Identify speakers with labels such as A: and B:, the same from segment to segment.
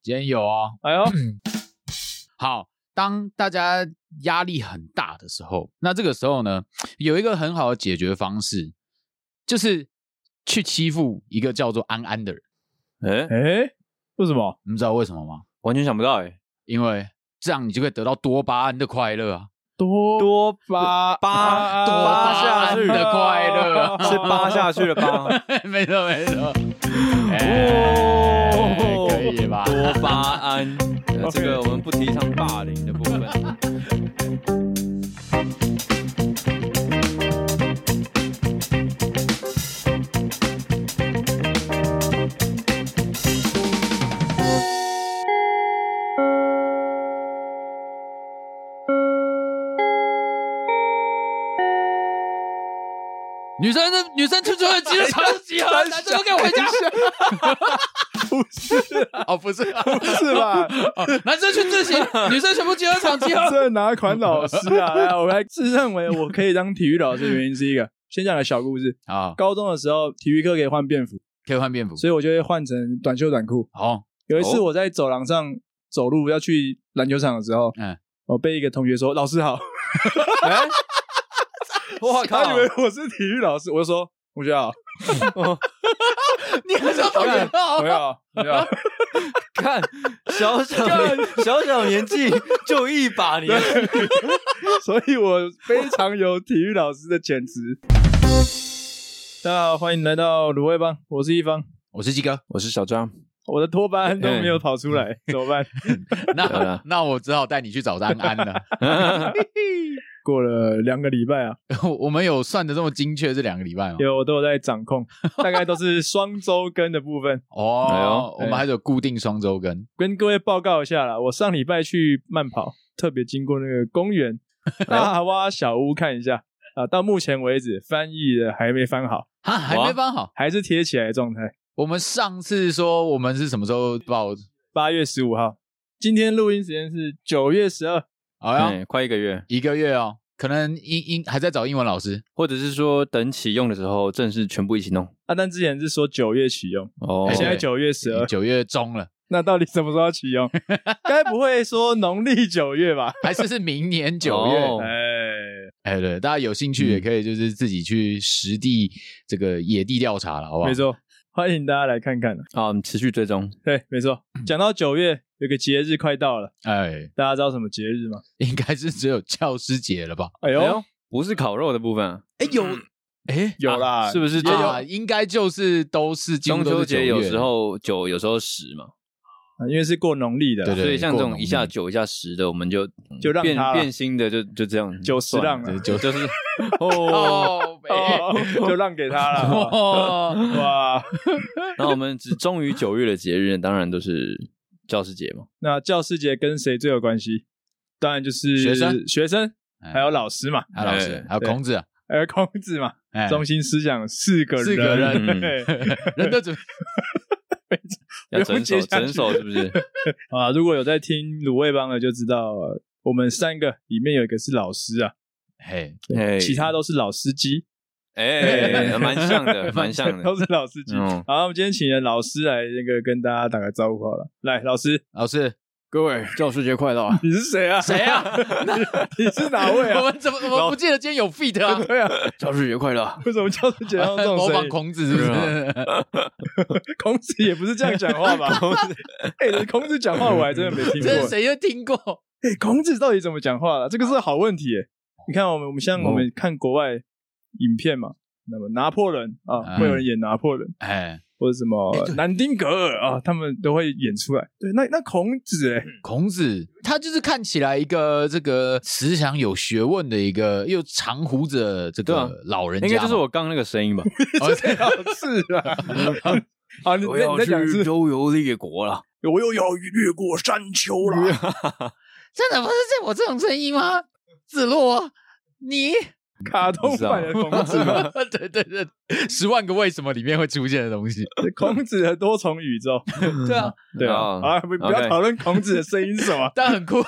A: 今天有哦。
B: 哎呦，
C: 嗯
A: 好，当大家压力很大的时候，那这个时候呢，有一个很好的解决方式，就是去欺负一个叫做安安的人。
B: 哎，
C: 哎，为什么？
A: 你们知道为什么吗？
B: 完全想不到哎，
A: 因为这样你就可以得到多巴胺的快乐啊！
C: 多
B: 多
C: 巴
B: 巴
A: 多巴
B: 下
A: 胺
B: 去
A: 的快乐
B: 是扒下去了吧？
A: 没错没错，哎
B: 哦
A: 哦，可以吧？
B: 多巴胺，呃
C: OK
B: 这个我们不提倡霸凌的部分。
A: 女生的女生青春的肌肉超级好，男生都给我回家。
C: 不是
A: 哦，不是，
C: 不是吧？
A: 哦男生去自习，女生全部集合场集 合。
C: 这哪款老师 啊？来我还自认为我可以当体育老师的原因是一个，先讲个小故事。
A: 啊，
C: 高中的时候，体育课可以换便服，
A: 可以换便服。
C: 所以我就会换成短袖短裤。
A: 好，
C: 有一次
B: 哦
C: 我在走廊上走路要去篮球场的时候，
A: 嗯
C: 我被一个同学说“老师好
B: 哎， 我”，靠
C: 他以！为我是体育老师，我就说“同学好
A: 你还说同学”，
C: 同学好，同学好。
B: 看小小 小小年纪就一把年，
C: 所以我非常有体育老师的潜质。 大家好，欢迎来到卤味帮，我是一方。
A: 我是鸡哥，
B: 我是小 张，
C: 我的多巴胺都没有跑出来，怎么办？
B: 对
A: 那
B: 啊
A: 那我只好带你去找安安了。
C: 过了两个礼拜啊，
A: 我们有算的这么精确是两个礼拜吗？
C: 有我都有在掌控，大概都是双周更的部 分。
B: 哎
A: 哦
B: 呦，
A: 我们还是有固定双周更。
C: 跟各位报告一下啦，我上礼拜去慢跑，特别经过那个公 园大洼小屋看一下啊。到目前为止，翻译的还没翻好，
A: 哈，还没翻好。
C: 还是贴起来的状态。
A: 我们上次说我们是什么时候报？
C: 八月十五号，今天录音时间是九月十二。
A: 哎呀，
B: 哎，快一个月，
A: 一个月哦，可能英英还在找英文老师。
B: 或者是说等启用的时候正式全部一起弄。
C: 阿啊丹之前是说九月启用，
B: 哦
C: 现在
A: 对
C: 九月十二，
A: 九月中了，
C: 那到底什么时候要启用？该不会说农历九月 吧？
A: 还是是明年九月？
B: 哦
C: 哎，
A: 哎，对，大家有兴趣也可以就是自己去实地这个野地调查了，好不好？
C: 没，错，欢迎大家来看看啊。
B: 啊，我们持续追踪。
C: 对，没错，
A: 嗯
C: 讲到九月，有个节日快到了，
A: 哎，
C: 大家知道什么节日吗？
A: 应该是只有教师节了吧？
C: 哎
B: 哎
C: 呦
B: 呦，，不是烤肉的部分啊，
A: 哎，有，哎，
C: 有啦，
B: 是不是？
A: 啊，应该就是都是几乎
B: 中
A: 都
B: 秋
A: 是
B: 节
A: 九
B: 有
A: 月
B: 时候九，有时候十嘛，
C: 啊因为是过农历的
A: 对
C: 啦，
A: 对
B: 所以像这
A: 过农
B: 种
A: 历
B: 一下九一下十的，我们就嗯
C: 就让
B: 变
C: 它啦
B: 变心的，就就这样
C: 九十
B: 算
C: 让
B: 了
C: 啊
B: 就 就是
C: 哦，
A: 哦，
C: 哦就让给他了。
A: 哦，
C: 哇，
B: 然后我们只忠于九月的节日，当然都是教师节嘛。
C: 那教师节跟谁最有关系？当然就是
A: 学生
C: 学生
A: 哎
C: 还有老师嘛，
A: 还有老师
B: 哎，
A: 还有
C: 对
A: 孔子啊，
C: 还有孔子嘛，
A: 哎，
C: 中心思想四个人，
A: 四个嗯
B: 人
C: 对
A: 人的 嘴，
B: 要
C: 不用
B: 整
C: 接
B: 首
C: 下去
B: 整首是 不是？
C: 啊，如果有在听卤味帮的就知道，呃我们三个里面有一个是老师啊，
A: 嘿，
B: 哎
C: 其他都是老司机，
B: 哎，蛮 像的，蛮像的
C: 都。是老司机。
B: 嗯，
C: 好，我们今天请了老师来那个跟大家打个招呼好了。来，老师，
A: 老师，
B: 各位，教师节快乐！
C: 你是谁啊？
A: 谁啊？
C: 你是哪位
A: 我
C: 啊？
A: 们怎么我们不记得今天有 feat 啊？
C: 对啊，
B: 教师节 快乐！
C: 为什么教师节要这种
A: 模
C: 声
A: 仿
C: 音？
A: 孔子是不
B: 啊
A: 是？
C: 孔子也不是这样讲话吧？ 哎，孔子讲话我还真的没听过
A: 这。谁又听 过？
C: 哎，孔子到底怎么讲话了？啊这个是好问题耶。你看，我们我们像我们
A: 哦
C: 看国外影片嘛，那么拿破仑啊，
A: 嗯
C: 会有人演拿破仑。
A: 哎，
C: 或者什么南丁格尔啊，他们都会演出来。对，那那孔子 哎，
A: 孔子他就是看起来一个这个慈祥有学问的一个又长胡子的这
B: 对啊
A: 个老人家
B: 应
A: 嘛，
B: 该就是我刚刚那个声音吧？
A: 哦
C: 最好是啊。 好， 你
B: 我
C: 再
B: 要
C: 你再讲一
B: 去
C: 次，
B: 周游列国了。
C: 我又要越过山丘了。
A: 真的不是这我这种声音吗？子路， 你
C: 卡通版的孔子 嘛，
A: 对对对，十万个为什么里面会出现的东 西，
C: 孔子的多重宇宙。
A: 对啊，
C: 对啊，
B: 哦
C: 啊，不不要
B: OK
C: 讨论孔子的声音是 什么。
A: 但很酷。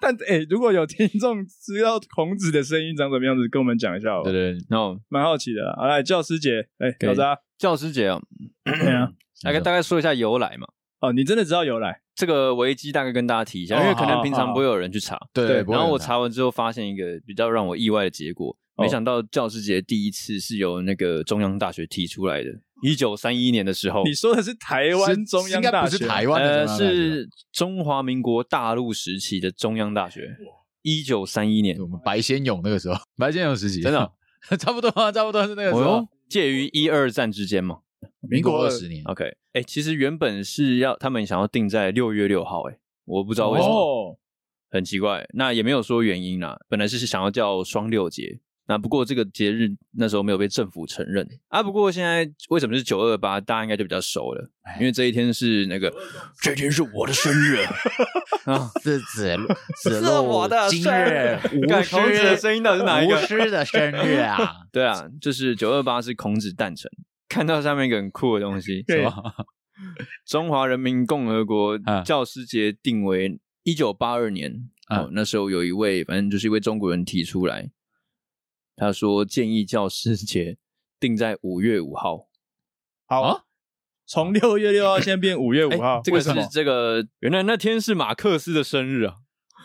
C: 但哎，如果有听众知道孔子的声音长什么样子，跟我们讲一下好吧，
A: 对对，
B: 然后
C: 蛮好奇的啊。好来，教师节，哎，
B: 以
C: 老张，
B: 教师节啊，
C: 对啊，
B: 大概大概说一下由来嘛。
C: 哦，你真的知道由来？
B: 这个危机大概跟大家提一下，因为可能平常不会有人去查。
A: 对
C: 对
A: 不会
B: 然后
A: 有
B: 我
A: 人啊
B: 查完之后，发现一个比较让我意外的结果，
C: 哦
B: 没想到教师节第一次是由那个中央大学提出来的，一九三一年的时候
C: 你。说的是台湾
A: 哦是
C: 中
A: 应
C: 央
A: 该
C: 大
A: 不
C: 学？
A: 是台湾的中
B: 呃，
A: 央大学吧，啊
B: 是中华民国大陆时期的中央大学，一九三一年哦
A: 我，们白先勇那个时候， 白先勇时期
B: 真的哦
A: 差不多啊，差不多是那个时候
B: 哦哟，，介于一二战之间嘛。
A: 民国二十年，
B: OK，哎、其实原本是要他们想要定在六月六号、诶哎，我不知道为什么，
C: 哦，
B: 很奇怪。那也没有说原因啦，本来是想要叫双六节，那不过这个节日那时候没有被政府承认啊。不过现在为什么是九二八，大家应该就比较熟了，因为这一天是那个哎这一天是我的生日 啊啊，
A: 是 子路子
B: 是
A: 路
B: 我的
A: 今
B: 生
A: 日
B: 日
A: 无
B: 干孔子的声音到底是哪一个？
A: 无师的生日 啊
B: 对啊，就是九二八是孔子诞辰。看到上面一个很酷的东西，
C: 对
B: 什么中华人民共和国
A: 啊
B: 教师节定为一九八二年、
A: 啊
B: 哦，那时候有一位反正就是一位中国人提出来，他说建议教师节定在五月五号。
A: 啊
C: 好，从六月六号现在变五月五号，
B: 哎这个
C: 为什
B: 是
C: 么
B: 这个原来那天是马克思的生日啊！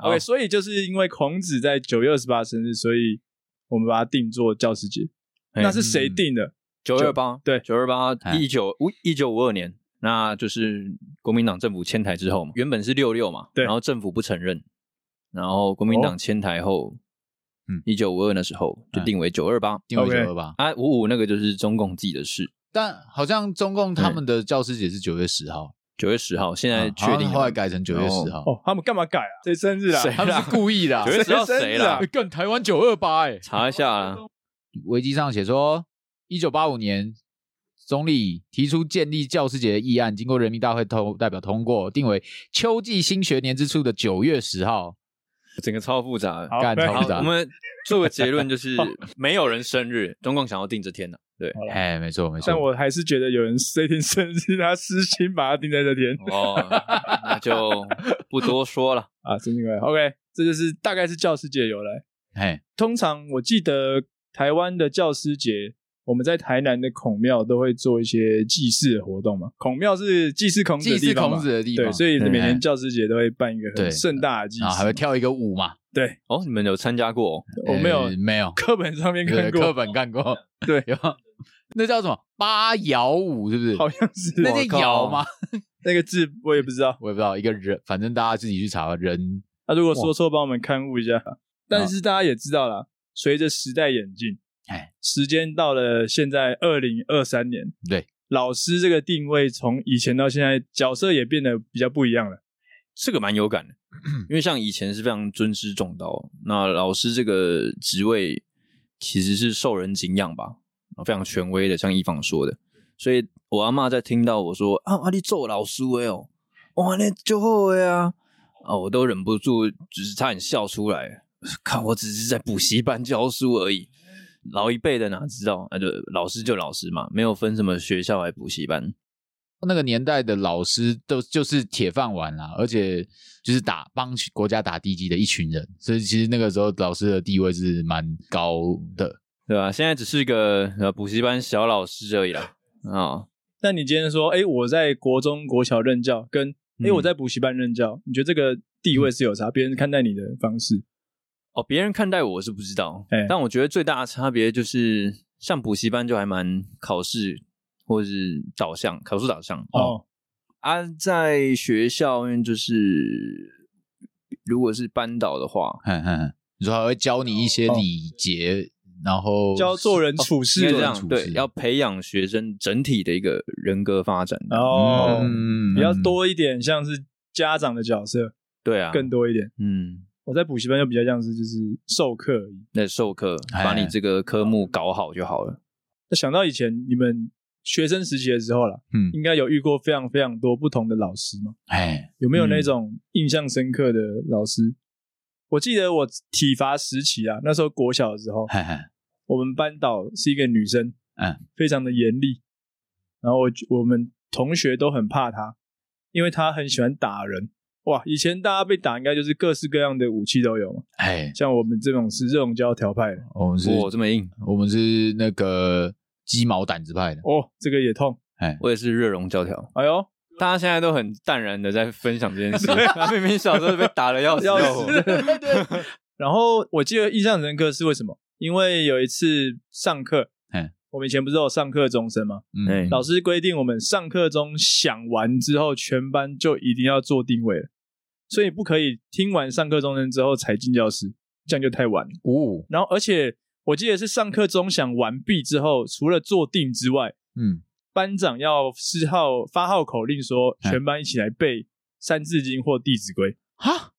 B: 好
C: ！OK，所以就是因为孔子在九月二十八生日，所以我们把它定做教师节。
B: 哎
C: 那是谁定的？
B: 九二八，
C: 对
B: 九二八
A: 哎
B: 一九五一九五二年，那就是国民党政府迁台之后嘛，原本是六六嘛，
C: 对
B: 然后政府不承认，然后国民党迁台后，
A: 嗯
B: 一九五二那时候就定为九二八，
A: 定位
C: OK
A: 九二八。
B: 啊五五那个就是中共自己的事，
A: 但好像中共他们的教师节是九月十号，
B: 九月十号现在
A: 嗯
B: 确
A: 好
B: 定
A: 像
B: 了
A: 后来改成九月十号，
C: 哦，他们干嘛改啊？谁生日啊？
B: 谁
A: 他们是故意的啊哎
B: 九。月十号
C: 谁生
B: 谁
C: 日啊
B: 啦？
A: 干台湾九二八哎，
B: 查一下啊，
A: 维基上写说，一九八五年总理提出建立教师节的议案，经过人民大会投代表通过，定为秋季新学年之初的九月十号。
B: 整个超复杂的。
C: 好
A: 干
C: 对
A: 超复
B: 好，
A: 杂
B: 我。们做个结论，就是没有人生日，中共想要定这天的。啊对，
A: 哎，没错没错
C: 但。我还是觉得有人 这天生日，他私心把它定在这天
B: 哦，那就不多说了。
C: 啊，生日快乐！OK，这就是大概是教师节的由来。
A: 哎，
C: 通常我记得台湾的教师节，我们在台南的孔庙都会做一些祭祀的活动嘛。孔庙是祭祀孔子
A: 祭
C: 的
A: 祀
C: 地方嘛
A: 孔子的地
C: 对，
A: 方，
C: 所以每
A: 哎
C: 年教师节都会办一个
A: 对
C: 很盛大的祭
A: 然后还会
C: 祀。
A: 跳一个舞嘛。
C: 对，
B: 哦，你们有参加过、哦？
C: 我没有
A: 呃没有
C: 课本上面看
A: 对课
C: 过，
A: 本看过，
C: 对，
A: 有那叫什么八摇舞是不是？
C: 好像是
A: 那
B: 我
A: 叫
B: 靠
A: 摇吗？
C: 那个字我也不知道。
A: 我也不知道，一个人，反正大家自己去查吧。人
C: 那如果说错，帮我们勘误一下。但是大家也知道啦，随着时代演进
A: 哎，
C: 时间到了现在二零二三年，
A: 对，
C: 老师这个定位从以前到现在，角色也变得比较不一样了。
B: 这个蛮有感的，因为像以前是非常尊师重道，那老师这个职位其实是受人敬仰吧，非常权威的，像一方说的。所以我阿嬷在听到我说啊，啊你做老师的哦，哇，那就好的啊，啊，我都忍不住，只是差点笑出来。 看，我只是在补习班教书而已。老一辈的哪知道？那、就老师就老师嘛，没有分什么学校还补习班。
A: 那个年代的老师都就是铁饭碗啦，而且就是打帮国家打地基的一群人，所以其实那个时候老师的地位是蛮高的。
B: 对吧、现在只是个呃补习班小老师而已啦。啊、
C: 那你今天说，哎，我在国中、国小任教，跟哎
B: 嗯
C: 我在补习班任教，你觉得这个地位是有差？别人看待你的方式，
B: 哦，别人看待我是不知道，
C: 哎
B: 但我觉得最大的差别就是，像补习班就还蛮考试或是导向，考试导向
C: 哦
B: 啊，在学校因为就是如果是班导的话，
A: 哼哼哼，你说还会教你一些礼节，然后
C: 哦教做人处
B: 应
C: 事
B: 该
A: 哦是
B: 这
A: 做人处
B: 样对
A: 事，
B: 要培养学生整体的一个人格发展。
C: 哦，
A: 嗯
C: 比较多一点，像是家长的角色
B: 对啊，
C: 更多一点。
B: 嗯，
C: 我在补习班就比较像是就是授课而已。
B: 那授课
A: 哎
B: 把你这个科目搞好就好了。
C: 那想到以前你们学生时期的时候啦，
A: 嗯
C: 应该有遇过非常非常多不同的老师嘛。
A: 哎，
C: 有没有那
B: 嗯
C: 种印象深刻的老师？我记得我体罚时期啊，那时候国小的时候，
A: 嘿嘿，
C: 我们班导是一个女生，
A: 嗯，
C: 非常的严厉，然后我就我们同学都很怕她，因为她很喜欢打人。哇，以前大家被打应该就是各式各样的武器都有嘛，
A: 哎，
C: 像我们这种是热熔胶条派的，
A: 我们是，
B: 哇，这么硬，
A: 我们是那个鸡毛掸子派的，
C: 哦，这个也痛，
B: 我也是热熔教条。
C: 哎呦，
B: 大家现在都很淡然的在分享这件 事，
A: 啊
B: 明明小时候被打的要 死
C: 要
B: 活
C: 死，对。 然后我记得印象深刻是为什么？因为有一次上课
A: 嘿，
C: 我们以前不是有上课钟声吗？
A: 嗯
B: 哎，
C: 老师规定我们上课钟响完之后，全班就一定要做定位了，所以不可以听完上课钟声之后才进教室，这样就太晚了。
A: 五，
C: 然后而且我记得是上课钟响完毕之后，除了坐定之外，
A: 嗯，
C: 班长要施号发号口令说，
A: 嗯
C: 全班一起来背《三字经》或《弟子规》。
A: 哈，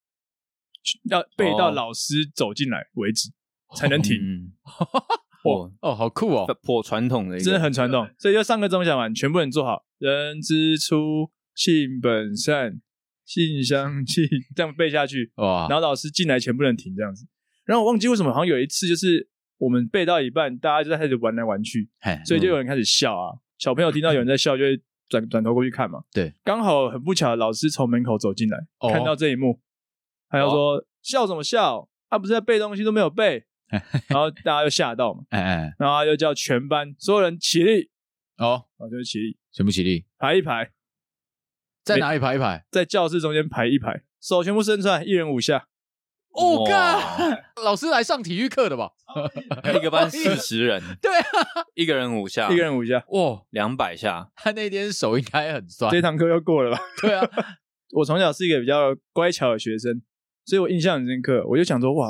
C: 要背到
B: 哦
C: 老师走进来为止、才能停，
B: 嗯。 哇，
A: 哦，好酷哦，
B: 破传统的一个，
C: 真的很传统。所以就上课钟响完，全部人做好，人之初性本善，性相近，这样背下去，
A: 哇
C: 然，后老师进来全部人停这样子。然后我忘记为什么，好像有一次就是我们背到一半，大家就在开始玩来玩去，
A: 嘿，
C: 所以就有人开始笑啊，小朋友听到有人在笑，就会转转头过去看嘛。
A: 对，
C: 刚好很不巧的，老师从门口走进来，
A: 哦
C: 看到这一幕，他就说、笑什么笑？他、不是在背东西都没有 背，然后大家就吓到嘛，
A: 哎哎，
C: 然后他就叫全班所有人起立，
A: 哦，
C: 啊，就是起立，
A: 全部起立，
C: 排一排，
A: 在哪里排一排？
C: 在教室中间排一排，手全部伸出来，一人五下。
A: 哦，
B: 哇
A: 干，老师来上体育课的吧？
B: 一个 班四十人，
A: 对啊，
B: 一个人五下，
C: 一个人五下，
A: 哇，
B: 两百下，
A: 他那天手应该很酸
C: 这，堂课又过了吧？
A: 对啊，
C: 我从小是一个比较乖巧的学生，所以我印象很深刻。我就想说，哇，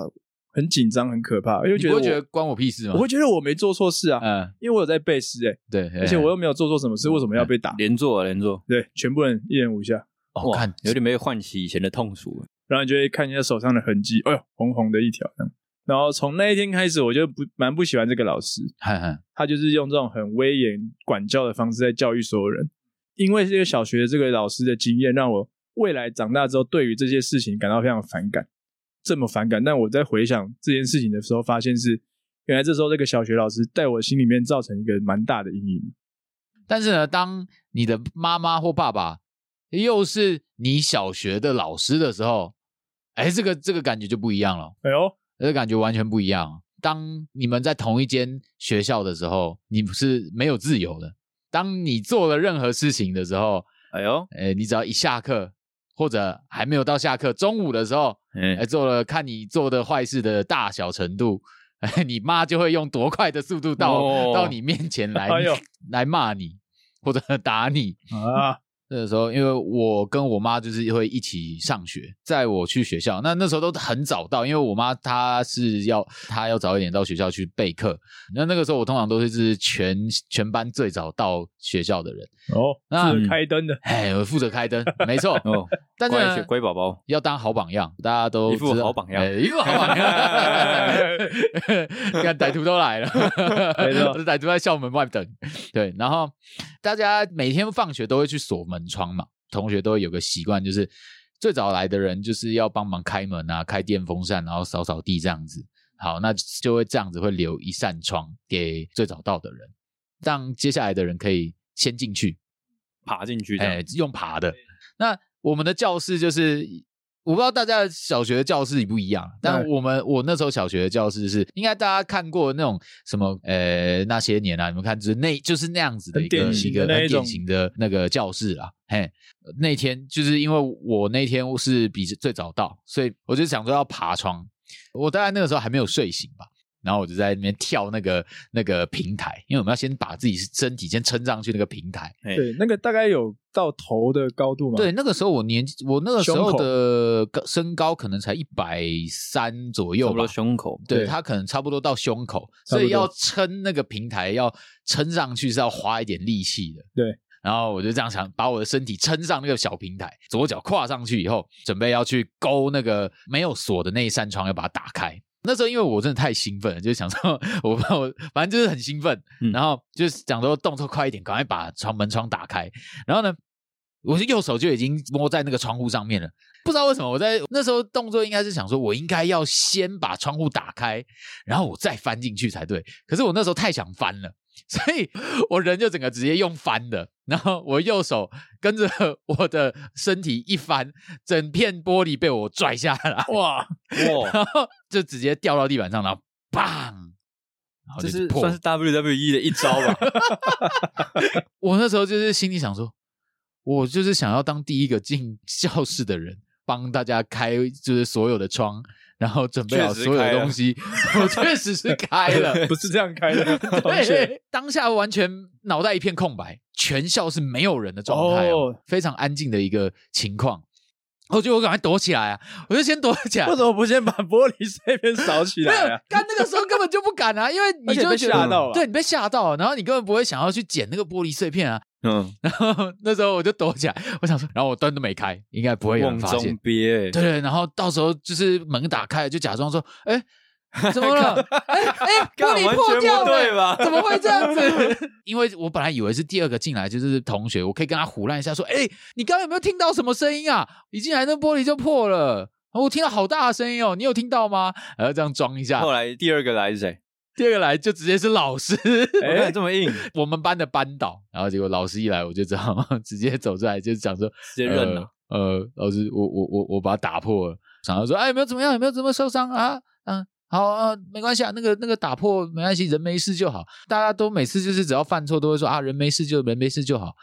C: 很紧张，很可怕，因为
A: 你
C: 觉
A: 不
C: 得我
A: 会觉得关我屁事吗
C: 我？会觉得我没做错事啊，
A: 嗯，
C: 因为我有在背诗哎、
A: 对，嗯
C: 而且我又没有做错什么事，为什么要被打？
B: 连坐啊连坐，
C: 对，全部人一人五下，
A: 我
B: 哇
A: 看，
B: 有点没唤起以前的痛楚。
C: 然后你就会看一下手上的痕迹，哎呦，红红的一条这样。然后从那一天开始，我就不蛮不喜欢这个老师，
A: 嘿嘿，
C: 他就是用这种很威严管教的方式在教育所有人。因为这个小学这个老师的经验，让我未来长大之后对于这些事情感到非常反感，这么反感。但我在回想这件事情的时候，发现是原来这时候这个小学老师在我心里面造成一个蛮大的阴影。
A: 但是呢，当你的妈妈或爸爸又是你小学的老师的时候，哎，这个这个感觉就不一样了，
C: 哎呦，
A: 这个感觉完全不一样。当你们在同一间学校的时候，你是没有自由的。当你做了任何事情的时候，
B: 哎呦，
A: 哎，你只要一下课或者还没有到下课，中午的时候，哎，
B: 哎，
A: 做了看你做的坏事的大小程度，哎，你妈就会用多快的速度到、
B: 哦
A: 到你面前来、
C: 哎呦
A: 来骂你或者打你。
C: 啊，
A: 那个时候，因为我跟我妈就是会一起上学，在我去学校，那那时候都很早到，因为我妈她是要她要早一点到学校去备课。那那个时候我通常都是是全全班最早到学校的人，
C: 哦，
A: 那
C: 是开灯的，
A: 哎，我负责开灯，没错。
B: 哦，
A: 但是
B: 乖
A: 呢
B: 学乖宝宝，
A: 要当好榜样，大家都
B: 一副
A: 知道
B: 好榜样
A: 哎一副好榜 样。看歹徒都来了，
C: 没错
A: 歹徒在校门外等。对，然后大家每天放学都会去锁门窗嘛，同学都会有个习惯，就是最早来的人就是要帮忙开门啊，开电风扇，然后扫扫地这样子。好，那就会这样子会留一扇窗给最早到的人，让接下来的人可以先进去。
B: 爬进去
A: 哎、
B: 的，
A: 用爬的。那我们的教室就是，我不知道大家的小学的教室一不一样，但
C: 嗯
A: 我们我那时候小学的教室是，应该大家看过那种什么呃那些年啊，你们看就是那就是那样子的
C: 很
A: 一个
C: 典
A: 一
C: 型的
A: 个
C: 那
A: 很
C: 一
A: 典
C: 种
A: 型的那个教室啦。嘿，那天就是因为我那天是比最早到，所以我就想说要爬窗。我大概那个时候还没有睡醒吧，然后我就在那边跳那个那个平台，因为我们要先把自己身体先撑上去那个平台。
B: 哎
C: 对，那个大概有到头的高度嘛？
A: 对，，那个时候我年纪，我那个时
C: 胸
A: 候
C: 口
A: 的高身高可能才一百三左
B: 差
A: 右
B: 不
A: 吧
B: 多。胸口，
A: 对
C: 对
A: 他可能差不多到胸口，
C: 差不多
A: 所以要撑那个平台，要撑上去是要花一点力气的。
C: 对，
A: 然后我就这样想，把我的身体撑上那个小平台，左脚跨上去以后，准备要去勾那个没有锁的那一扇窗，要把它打开。那时候因为我真的太兴奋了，就想说 我我反正就是很兴奋，
B: 嗯
A: 然后就是想说动作快一点，赶快把窗门窗打开。然后呢，我的右手就已经摸在那个窗户上面了，不知道为什么我在那时候动作应该是想说，我应该要先把窗户打开，然后我再翻进去才对。可是我那时候太想翻了。 所以我人就整个直接用翻的，然后我右手跟着 我的身体一翻，整片玻璃被我拽下来，
C: 哇，
B: 哇，
A: 然后就直接掉到地板上，然后砰，然后
B: 这
A: 就是破。
B: 算是 WWE 的一招吧？
A: 我那时候就是心里想说，我就是想要当第一个进 教室的人，帮大家开就是所有的窗，然后准备好
B: 确实
A: 所有
B: 开
A: 的
B: 了
A: 东西。 我确实是开 了，
C: 不是这样开的， 同学，
A: 对，当下完全脑袋一片空白，全校是没有人的状态、哦，
C: 哦
A: 非常安静的一个情况。我觉得我赶快躲起来啊！我就先躲起来
C: 为，什么不先把玻璃碎片扫起
A: 没有
C: 来啊？，
A: 干那个时候根本就不敢啊，因 为你
C: 而且
A: 就
C: 被
A: 觉得
C: 吓到了啊
A: 对你被吓到啊了，然后你根本不会想要去捡那个玻璃碎片啊。
B: 嗯，
A: 然后那时候我就躲起来， 我想说，然后我灯都没开，应该不会有人
B: 瓮
A: 发现
B: 中。鳖，
A: 对对，然后到时候就是门打开了，就假装说，哎，怎么了？ 哎哎，玻
B: 干
A: 璃
B: 完
A: 破
B: 全
A: 掉
B: 不
A: 了
B: 对。吧？
A: 怎么会这样子？ 因为我本来以为是第二个进来就是同学，我可以跟他胡乱一下说：“哎、你刚刚有没有听到什么声音啊？一进来那玻璃就破了。”哦我听到好大的声音哦，你有听到吗？然后这样装一下
B: 后。来第二个来是谁？
A: 第二个来就直接是老师，
B: 哎、这么硬，直
A: 我们班的班导。然后结果老师一来，我就知道 直接走出来就讲说：“
B: 接认啊了。
A: 呃。呃，老师，我我我我把它打破了，想要说，哎，有没有怎么样？有没有怎么受伤啊？嗯，好啊、呃没关系啊，那个那个打破没关系，人没事就好。大家都每次就是只要犯错都会说啊，人没事就人没事就好。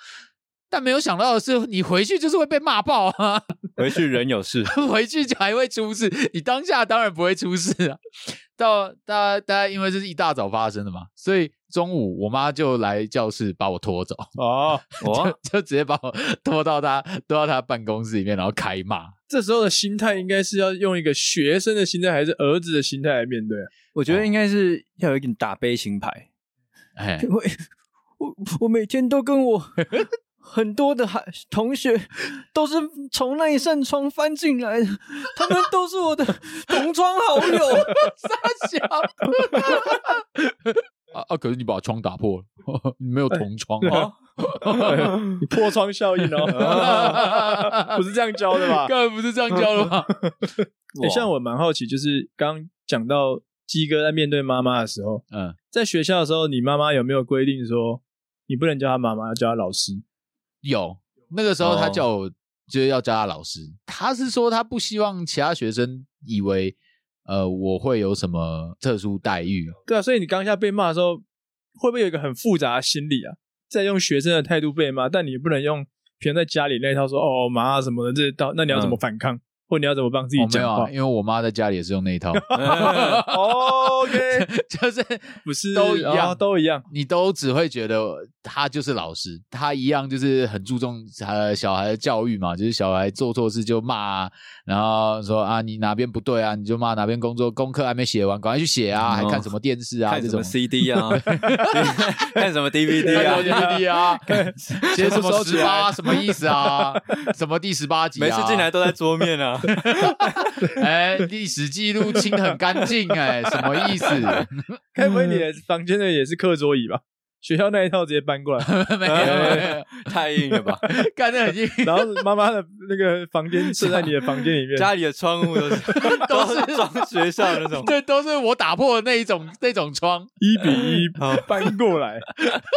A: 但没有想到的是，你回去就是会被骂爆啊，
B: 回去人有 事，
A: 回去就还会出事。你当下当然不会出事啊。到大家大家因为这是一大早发生的嘛，所以中午我妈就来教室把我拖走。
C: 哦，
B: 哇，
A: 就直接把我拖到他拖到他办公室里面，然后开骂。
C: 这时候的心态应该是要用一个学生的心态还是儿子的心态来面对啊？
B: 我觉得应该是要有一点打悲情牌。
A: 哎，
B: 我我我每天都跟我很多的孩同学都是从那一扇窗翻进来的，他们都是我的同窗好友。
A: 傻小。 啊啊！可是你把窗打破了， 你没有同窗 哦。
C: 你破窗效应 哦，不是这样教的 吧？
A: 根本不是这样教的 吗？
C: 欸像我蛮好奇，就是刚讲到鸡哥在面对妈妈的时候，
A: 嗯，
C: 在学校的时候，你妈妈有没有规定说你不能叫她妈妈，要叫她老师？
A: 有那个时候他
B: 哦
A: 叫我就是要叫他老师，他是说他不希望其他学生以为呃我会有什么特殊待遇，
C: 对啊，所以你当下被骂的时候，会不会有一个很复杂的心理啊？在用学生的态度被骂，但你也不能用平常在家里那一套说哦妈啊什么的这一套，那你要怎么反抗，或你要怎么帮自
A: 嗯
C: 己
A: 哦没有
C: 讲话
A: 啊，？因为我妈在家里也是用那一 套，
C: 哦 OK，
A: 就是
C: 不 是
A: 都一样
C: 哦都一样。
A: 你都只会觉得他就是老师，他一样就是很注重呃小孩的教育嘛，就是小孩做错事就骂、啊，然后说啊你哪边不对啊，你就骂哪边工作功课还没写完，赶快去写啊，
B: 哦
A: 还看什么电视啊
B: 看
A: 这
B: 什么
A: 种。
B: CD 啊， 看什
A: 看什
B: 么 DVD 啊，
A: 么 DVD 啊， 写什么
B: 收
A: 十
B: 起来
A: 八什么意思啊？什么第十八集啊？
B: 每次进来，都在桌面啊。
A: 哎，历史记录清得很干净，哎，什么意思？
C: 该不会
A: 嗯
C: 你的房间的也是课桌椅吧？学校那一套直接搬过来，
B: 呃
A: 没有没有，
B: 太硬了吧？
A: 干得很硬，
C: 然后妈妈的那个房间设在你的房间里面，
B: 家里的窗户都是
A: 都
B: 都
A: 是
B: 是装学校那种。
A: 对，都是我打破的那一种那种窗。
C: 一比一
B: 好
C: 搬过来。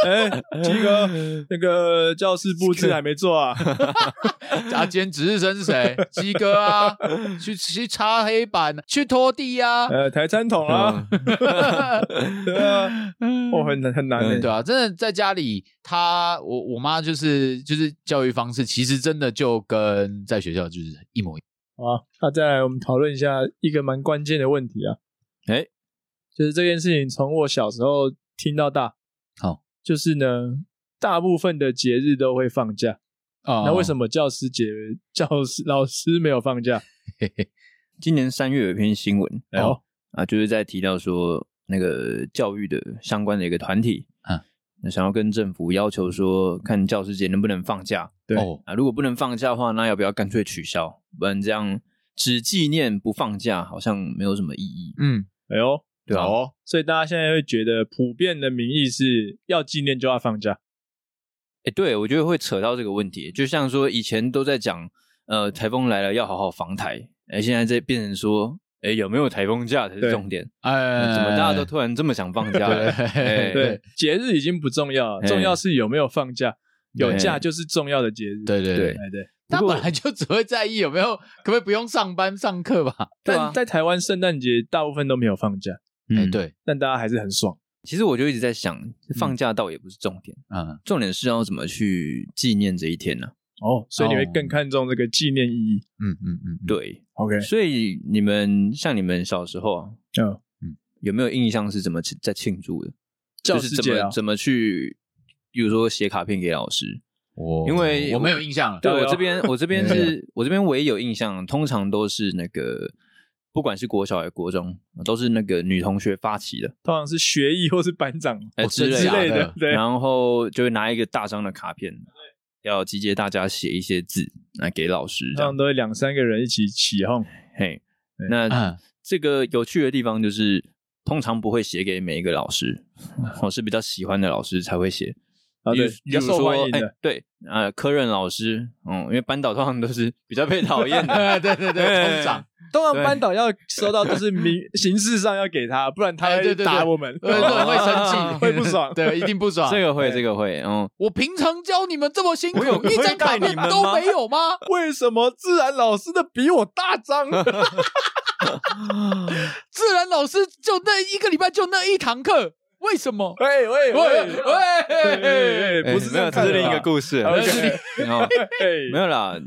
C: 哎，鸡哥，那个教室布置还没做 啊？
A: 啊，今天值日生是谁？鸡哥啊，去去擦黑板，去拖地 啊。
C: 呃，抬餐桶
B: 哦
C: 啊，对啊，哦，很难很难
A: 对
B: 嗯
C: 的。
A: 啊，真的在家里，他我我妈就是就是教育方式，其实真的就跟在学校就是一模一样。
C: 好，那再来我们讨论一下一个蛮关键的问题啊。
B: 哎，
C: 就是这件事情从我小时候听到大，
A: 好，
C: 就是呢，大部分的节日都会放假，
A: 啊
B: 哦
C: 那 为什
A: 么？
C: 么教师节教师老师没有放假？
B: 今年三月有一篇新闻，
C: 哎呦，
B: 啊，就是在提到说那个教育的相关的一个团体，
A: 嗯
B: 那想要跟政府要求说，看教师节能不能放假
C: 对
A: 哦，
B: 啊？如果不能放假的话，那要不要干脆取消？不然这样只纪念不放假，好像没有什么意义。
A: 嗯，
C: 哎呦，
B: 对啊，
A: 哦，
C: 所以大家现在会觉得普遍的民意是要纪念就要放假，
B: 哎，对，我觉得会扯到这个问题，就像说以前都在讲，呃，台风来了要好好防台，哎，现在这变成说，哎，有没有台风假才是
C: 对
B: 重点，
A: 哎，
B: 怎么大家都突然这么想放假 了？
A: 对
B: 哎
C: 对，节日已经不重要了，
B: 哎
C: 重要是有没有放假，有
B: 对
C: 假就是重要的节日。
A: 对对对
B: 对，
C: 哎对，
A: 他本来就只会在意有没有，可不可以不用上班上课吧？
B: 对啊
C: 但在台湾圣诞节大部分都没有放假，
A: 哎，
B: 嗯，
A: 对，
C: 但大家还是很爽。
B: 其实我就一直在想，
C: 嗯
B: 放假倒也不是重点，
A: 嗯，
B: 重点是要怎么去纪念这一天呢、
C: 哦，所以你会
A: 哦
C: 更看重这个纪念意义。
A: 嗯嗯嗯，嗯，
B: 对，
C: OK，
B: 所以你们像你们小时候啊，
C: 嗯，
B: 有没有印象是怎么庆在庆祝的？
C: 教
B: 就是
C: 师
B: 怎
C: 节
B: 么
C: 啊，
B: 怎么去，比如说写卡片给老师。
A: 我
B: 因为
A: 我没有印象了，
B: 对
C: 对
B: 我
C: 哦
B: 这边，我这边
A: 对
B: 是我这边唯一有印象，通常都是那个，不管是国小还是国中，都是那个女同学发起的，
C: 通常是学艺或是班长
B: 哎、
A: 哦
B: 之
A: 真
B: 类
A: 假
C: 哦之类
A: 的
C: 的。对，
B: 然后就会拿一个大张的卡片，要集结大家写一些字来给老师，这
C: 通
B: 样
C: 常都会两三个人一起起哄。
B: 嘿。
C: 对啊
B: 那
A: 嗯
B: 这个有趣的地方就是，通常不会写给每一个老师，我是比较喜欢的老师才会写。
C: 啊，
B: 比如
C: 对，比较
B: 比如
C: 受欢
B: 说
C: 迎
B: 哎
C: 的。
B: 对，呃，科任老师，嗯，因为班导通常都是 比较被讨厌的，
A: 哎 对对对，
B: 哎
A: 通常，
C: 通常
B: 对
C: 班导要收到都是明 形式上要给他，不然他
A: 哎对对
C: 会
A: 对
C: 打我 们，
A: 对对会生
B: 啊
A: 气，
C: 会不爽
A: 对，一定不
C: 啊
A: 爽。
B: 这个会，这个会，嗯，
A: 我平常教你们这么辛苦
B: 我有，
A: 一张卡
B: 亏待
A: 片
B: 你们
A: 都
B: 吗
A: 没有吗？
C: 为什么自然老师的比我大张？
A: 自然老师就那一个礼拜就那一堂课，为什 么？
C: 喂喂
A: 喂喂，
C: 喂，不是
B: 哎没有，
C: 这
B: 这
C: 样看的
B: 是另一
C: 啦
B: 个故事，
C: 啊
B: 嗯
C: 对
B: 哦
C: 哎
B: 没有啦，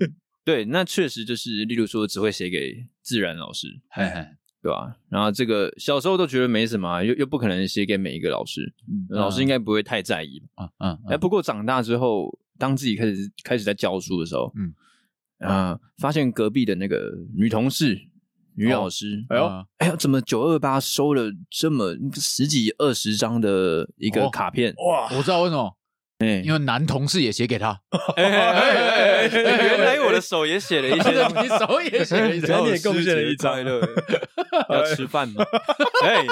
B: 对，那确实就是，例如说只会写给自然 老师，
C: 哎
A: 嘿嘿
B: 对吧、然后这个小时候都觉得没什么啊、又又不可能写给每一个老师，
C: 嗯
B: 老
C: 啊
B: 师应该不会太在意吧。
A: 嗯嗯
B: 哎、不过长大之后，当自己开始开始在教书的时候，
A: 嗯
B: 嗯，啊、发现隔壁的那个女同事、女老师，
C: 哎
A: 嗯
C: 呦，
B: 哦哎呦，怎么九二八收了这么十几二十张的一
A: 哦
B: 个卡片？
C: 哇，
A: 我知道为什么，
B: 哎
A: 因为男同事也写给 他，
B: 哎哎哎哎
A: 哎
B: 原来我的手也写了一些东西。
A: 你手也写了一张
C: 然后你也贡献了一张
B: 快乐， 要吃饭吗？哎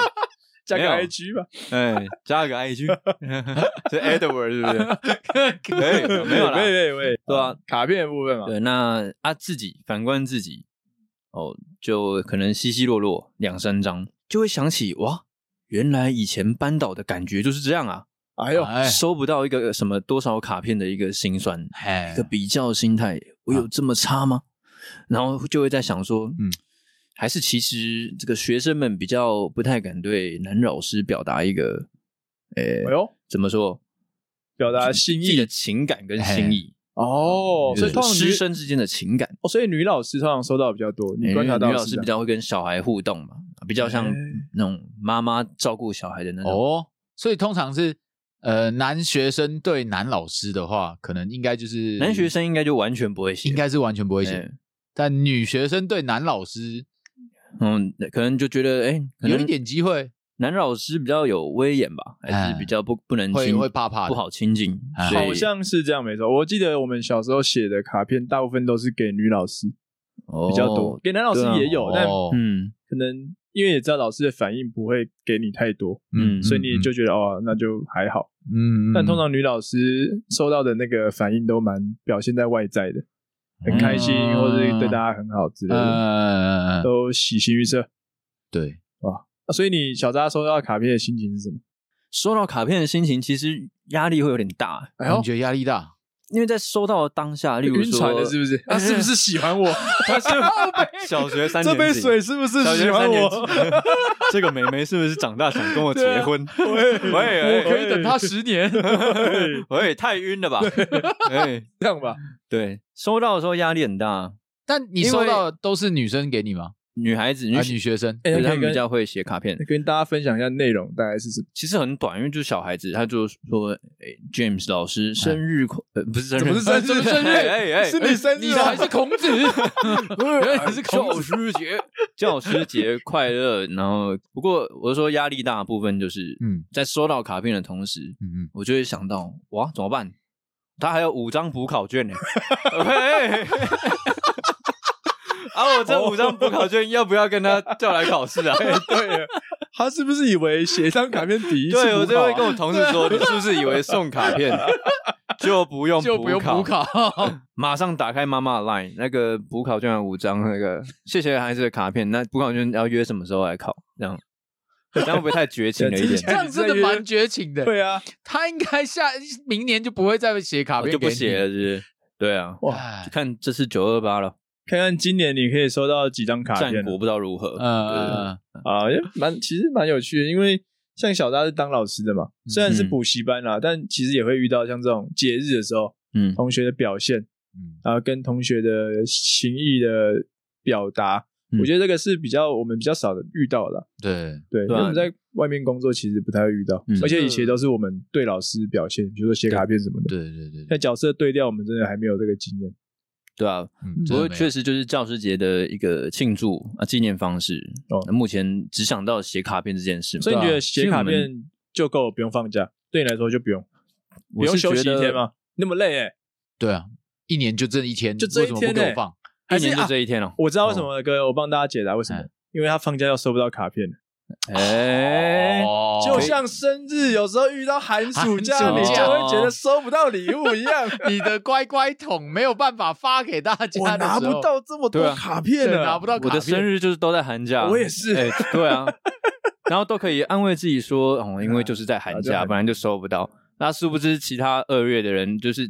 C: 加个
B: 没有
C: IG 吧，
B: 哎，加个 IG，是 Edward 是不是？哎，没有啦，
C: 喂喂喂，
B: 对啊，
C: 卡片的部分嘛，
B: 对，那啊自己反观自己，哦，就可能稀稀落落两三张，就会想起哇，原来以前班导的感觉就是这样啊，
C: 哎呦，
A: 哎
B: 收不到一个什么多少卡片的一个心酸，
A: 哎
B: 一个比较心态，我
C: 啊
B: 有这么差吗？然后就会在想说，
A: 嗯
B: 嗯，还是其实这个学生们比较不太敢对男老师表达一个，呃、
C: 哎呦，
B: 怎么说，
C: 表达啊心
B: 自己的
C: 意哎
B: 情感跟心意，
C: 哦，所以通
B: 就是
C: 常
B: 师
C: 女，
B: 生之间的情感。
C: 哦所以女老师通常收到比较多，
B: 因
C: 你
B: 为
C: 观察到
B: 女
C: 的
B: 老
C: 是
B: 师
C: 这
B: 比
C: 样哎
B: 较会跟小孩互动嘛，比较像那种妈妈照顾小孩的那种。
A: 哦，所以通常是呃男学生对男老师的话，可能应该就是
B: 男学生应该就完全不会写，
A: 应该是完全不会写，
B: 哎
A: 但女学生对男老师
B: 嗯，可能就觉得哎，可能
A: 有一点机会
B: 男老师比较有威严吧，还
A: 哎
B: 是比较不不能
A: 会
B: 亲
A: 会怕怕的
B: 不好亲近
A: 哎，
B: 所以
C: 好像是这样没错。我记得我们小时候写的卡片，大部分都是给女老师
B: 比
C: 比较多，。给男老师
B: 哦对啊
C: 也有，但
A: 哦
B: 嗯
C: 可能因为也知道老师的反应不会给你太多，
B: 嗯
C: 所以你就觉得哦，那就还好。
A: 嗯，嗯
C: 但通常女老师收到的那个反应都蛮表现在外在的，很开心，
A: 嗯
C: 或是对大家很好之类的，
B: 嗯
A: 呃
C: 都喜形于色。
A: 对，
C: 啊所以你小扎收到卡片的心情是什么？
B: 收到卡片的心情其实压力会有点大，
C: 哎
A: 你觉得压力大？
B: 因为在收到的当下，例如
C: 晕船
B: 说
C: 了是不是？他是不是喜欢我？
B: 他 是小学三
C: 这
B: 年
C: 杯
B: 级
C: 水是不是
B: 小
C: 喜
B: 学
C: 欢
B: 三年级
C: 我？，
B: 这个妹妹是不是长大想跟我结婚？喂，
A: 我可
B: 喂
A: 以等他十年。
B: 喂，太晕了吧？哎，
C: 这样吧，
B: 对，收到的时候压力很大。
A: 但你
B: 因
A: 收
B: 为
A: 到的都是女生给你吗？
B: 女孩子，
A: 啊，
B: 女
A: 女
B: 学
A: 学生
C: 哎那可以
B: 她们
C: 跟
B: 比较会写卡片
C: 那，跟大家分享一下内容大概是什 么？
B: 其实很短，因为就是小孩子，他就说：“哎，James 老师生日快，呃，不是 生日，
C: 怎么是生日
B: 哎
C: 生日
B: 哎哎，
C: 是你 生
A: 你
C: 日吗
A: 才是孔 子，原来你是孔
B: 教
A: 子。
B: 师节，教师节快乐。”然后，不过我是说压力大的部分就是，
A: 嗯
B: 在收到卡片的同时，
A: 嗯嗯，
B: 我就会想到，哇，怎么办？他还有五张补考卷呢。 喂 啊，我这五张补考卷要不要跟他叫来考试啊？
C: 对，他是不是以为写一张卡片抵一次、啊
B: 对我就
C: 就
B: 会跟我同事说，你是不是以为送卡片就不用
A: 嗯
B: 哦
A: 就不用补考，
B: 马上打开妈妈的 line，那个补考卷有五张，那个谢谢孩子的卡片，那补考卷要约什么时候来考？这样，这样会不会太绝情了一
C: 对
B: 点
C: 这
A: 这？样真的蛮绝情的。
C: 对啊，
A: 他应该下明年就不会再写卡
B: 我
A: 片，
B: 就不写了，。是不是？对啊，
C: 哇，
A: 唉
B: 就看这次九二八了，
C: 看看今年你可以收到几张卡
B: 战
C: 片
B: 果不知道如何。
A: 呃，
C: 啊，也蛮其实蛮有趣的，因为像小大是当老师的嘛，虽然是
B: 嗯
C: 补习班啦，但其实也会遇到像这种节日的时候，
B: 嗯
C: 同学的表现，
A: 嗯
C: 然后跟同学的情谊的表达，
B: 嗯
C: 我觉得这个是比较我们比较少的遇到的啦。
A: 对，
C: 对，因为
B: 对啊
C: 我们在外面工作其实不太会遇到
B: 嗯，
C: 而且以前都是我们对老师表现，比如说写卡片什么的。
A: 对对对对，
C: 那角色对调，我们真的还没有这个经验。
B: 对啊，
A: 嗯
B: 不过确
A: 实
B: 实就是教师节的一个庆祝啊纪念方式。
C: 哦
B: 那目前只想到写卡片这件事嘛，
C: 所以你觉
B: 对
C: 得
B: 啊
C: 写卡？
B: 其实
C: 片就够，不用放假？对你来说就不用，不
B: 我们
C: 用
B: 我是
C: 休息
B: 觉
C: 一
B: 得
C: 天吗？那么累哎，
A: 对啊，一年就这一天，
C: 就这一
A: 为什么
C: 天
A: 不给
C: 欸
A: 我放？
B: 一
C: 还是
B: 年就
C: 啊
B: 这哦一天了。
C: 我知道为什么了，哥，我帮大家解答为什么
A: 嗯，
C: 因为他放假又收不到卡片，
B: 哎，
A: 哦
C: 就像生日有时候遇到寒暑假，
A: 寒暑假
C: 你就会觉得收不到礼物一 样，
A: 你的乖乖桶没有办法发给大家的时候，
C: 我拿不到这么
B: 对
C: 多
B: 啊
C: 哦卡片
A: 对，
C: 了，
A: 拿不到卡
B: 我
A: 片。
B: 的生日就是都在寒假，
C: 我也是
B: 哎 对啊，然后都可以安慰自己说，哦，因为就是在寒
C: 啊就
B: 假，
C: 寒
B: 本来就收不到。那殊不知，其他二月的人就是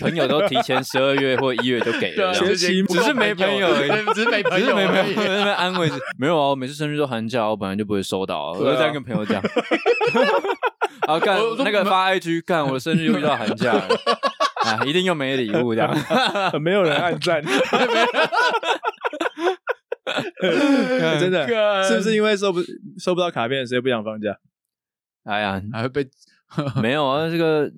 B: 朋友都提前十二月或一月就给
A: 对
B: 了
A: 啊，
B: 这
C: 学
B: 样，
C: 期
B: 只是没朋友而已
A: 对只 是没
B: 只
A: 朋
B: 是
A: 友
B: 没
A: 而
B: 朋
A: 已
B: 友在那边安慰自己，没有啊，我每次生日都寒假，我本来就不会收到啊，我
C: 对啊
B: 就在跟朋友讲。啊，干
A: 我我说
B: 那个发 IG 干，我的生日又遇到寒假了，啊，一定又没礼物这样。
C: 没有人按 赞，真的 是不是因为收不收不到卡片，所以不想放假？
B: 哎呀，
A: 还会被
B: 没有啊，这个